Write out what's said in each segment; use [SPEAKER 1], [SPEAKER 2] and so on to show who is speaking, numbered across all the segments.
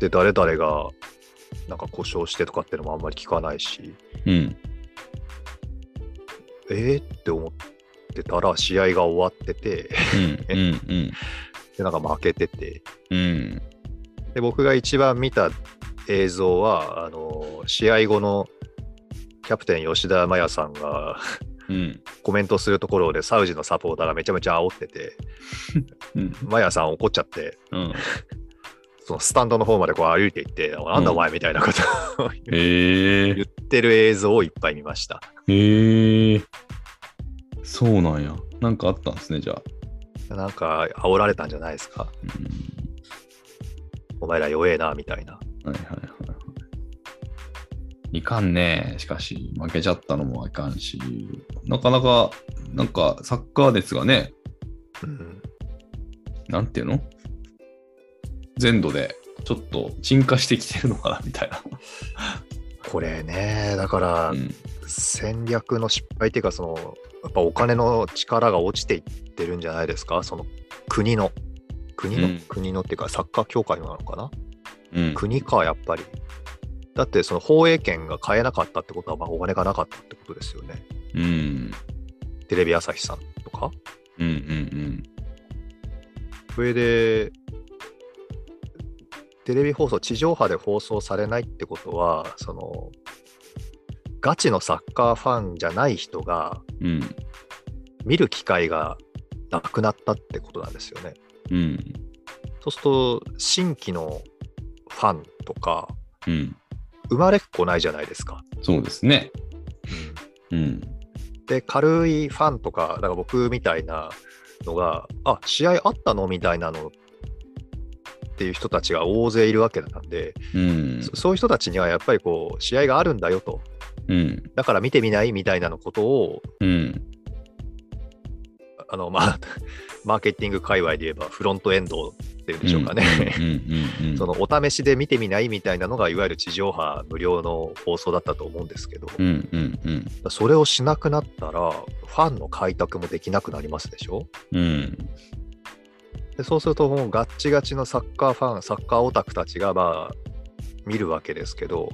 [SPEAKER 1] で誰々がなんか故障してとかってのもあんまり聞かないし
[SPEAKER 2] うん。
[SPEAKER 1] えー、って思ってたら試合が終わってて
[SPEAKER 2] うん。うん。
[SPEAKER 1] でなんか負けてて
[SPEAKER 2] うん。
[SPEAKER 1] で僕が一番見た映像はあの試合後のキャプテン吉田麻也さんが
[SPEAKER 2] うん。
[SPEAKER 1] コメントするところでサウジのサポーターがめちゃめちゃ煽ってて、
[SPEAKER 2] うん。
[SPEAKER 1] マヤさん怒っちゃって、
[SPEAKER 2] うん。
[SPEAKER 1] そのスタンドの方までこう歩いていって、なんだお前みたいなことを言
[SPEAKER 2] ええ。
[SPEAKER 1] ってる映像をいっぱい見ました。
[SPEAKER 2] ええ。そうなんや。なんかあったんですね、じゃあ。
[SPEAKER 1] なんか煽られたんじゃないですか。
[SPEAKER 2] うん
[SPEAKER 1] お前ら弱えな、みたいな。
[SPEAKER 2] はいはいはいはい。いかんね。しかし、負けちゃったのもいかんし、なかなか、なんかサッカーですがね、
[SPEAKER 1] うん、
[SPEAKER 2] なんていうの全土でちょっと沈下してきてるのかなみたいな。
[SPEAKER 1] これね、だから
[SPEAKER 2] うん
[SPEAKER 1] 戦略の失敗っていうか、その、やっぱお金の力が落ちていってるんじゃないですか、その国の。国の、
[SPEAKER 2] うん
[SPEAKER 1] 国のっていうか、サッカー協会のなのかな
[SPEAKER 2] うん
[SPEAKER 1] 国か、やっぱり。だって、その放映権が買えなかったってことは、まあ、お金がなかったってことですよね。
[SPEAKER 2] うん
[SPEAKER 1] テレビ朝日さんとか。
[SPEAKER 2] うんうん
[SPEAKER 1] それで、テレビ放送、地上波で放送されないってことは、その、ガチのサッカーファンじゃない人が
[SPEAKER 2] うんうん
[SPEAKER 1] 見る機会がなくなったってことなんですよね。
[SPEAKER 2] うん
[SPEAKER 1] そうすると、新規のファンとか、
[SPEAKER 2] うん
[SPEAKER 1] 生まれっこないじゃないですか。
[SPEAKER 2] そうですね。うん
[SPEAKER 1] で軽いファンとかだから僕みたいなのがあ試合あったのみたいなのっていう人たちが大勢いるわけなんで、
[SPEAKER 2] うん
[SPEAKER 1] そそういう人たちにはやっぱりこう試合があるんだよと
[SPEAKER 2] うん
[SPEAKER 1] だから見てみないみたいなのことを
[SPEAKER 2] うん
[SPEAKER 1] あの、まあ、 マーケティング界隈で言えばフロントエンドっていうんでしょうかね、
[SPEAKER 2] うんうんうん
[SPEAKER 1] そのお試しで見てみないみたいなのがいわゆる地上波無料の放送だったと思うんですけど、
[SPEAKER 2] うんうんうん
[SPEAKER 1] それをしなくなったらファンの開拓もできなくなりますでしょ
[SPEAKER 2] うん
[SPEAKER 1] でそうするともうガッチガチのサッカーファンサッカーオタクたちがまあ見るわけですけど、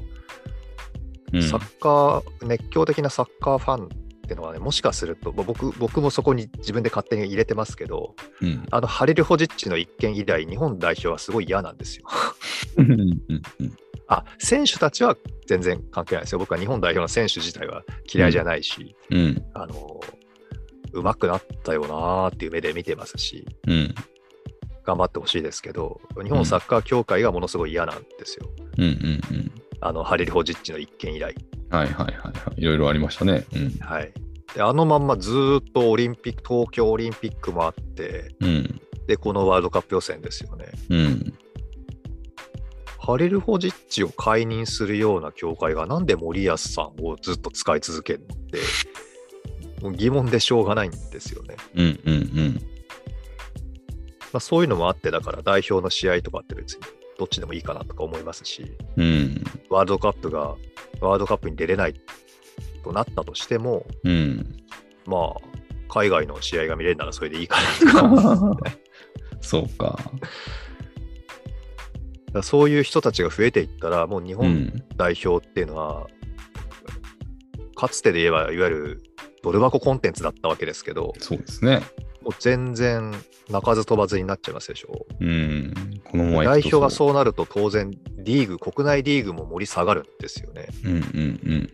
[SPEAKER 2] うん
[SPEAKER 1] サッカー熱狂的なサッカーファンってのはねもしかするとまあ僕僕もそこに自分で勝手に入れてますけど
[SPEAKER 2] うん
[SPEAKER 1] あのハリル・ホジッチの一件以来日本代表はすごい嫌なんですよ。
[SPEAKER 2] うんうんうん
[SPEAKER 1] あ選手たちは全然関係ないですよ僕は日本代表の選手自体は嫌いじゃないし、
[SPEAKER 2] うん
[SPEAKER 1] あのうまくなったよなーっていう目で見てますし
[SPEAKER 2] うん
[SPEAKER 1] 頑張ってほしいですけど日本サッカー協会がものすごい嫌なんですよ。
[SPEAKER 2] うんうん
[SPEAKER 1] あのハリル・ホジッチの一件以来、
[SPEAKER 2] はいはいはいはいいろいろありましたね。うん
[SPEAKER 1] はい、であのまんまずーっとオリンピック東京オリンピックもあって
[SPEAKER 2] うん
[SPEAKER 1] でこのワールドカップ予選ですよね
[SPEAKER 2] うん
[SPEAKER 1] ハリル・ホジッチを解任するような協会がなんで森保さんをずっと使い続けるのってもう疑問でしょうがないんですよね、
[SPEAKER 2] うんうんうん
[SPEAKER 1] まあ、そういうのもあってだから代表の試合とかって別にどっちでもいいかなとか思いますし
[SPEAKER 2] うん
[SPEAKER 1] ワールドカップがワールドカップに出れないとなったとしても
[SPEAKER 2] うん
[SPEAKER 1] まあ海外の試合が見れるならそれでいいかなとか思う
[SPEAKER 2] そうか。
[SPEAKER 1] だからそういう人たちが増えていったら、もう日
[SPEAKER 2] う
[SPEAKER 1] 本
[SPEAKER 2] ん
[SPEAKER 1] 代表っていうのは、かつてで言えば、いわゆるドル箱コンテンツだったわけですけど、
[SPEAKER 2] そうですね。
[SPEAKER 1] もう全然鳴かず飛ばずになっちゃいますでしょ。
[SPEAKER 2] うんこのまま
[SPEAKER 1] 代
[SPEAKER 2] いく
[SPEAKER 1] 表
[SPEAKER 2] と
[SPEAKER 1] がそうなると、当然、リーグ、国内リーグも盛り下がるんですよね。
[SPEAKER 2] うんうんうん。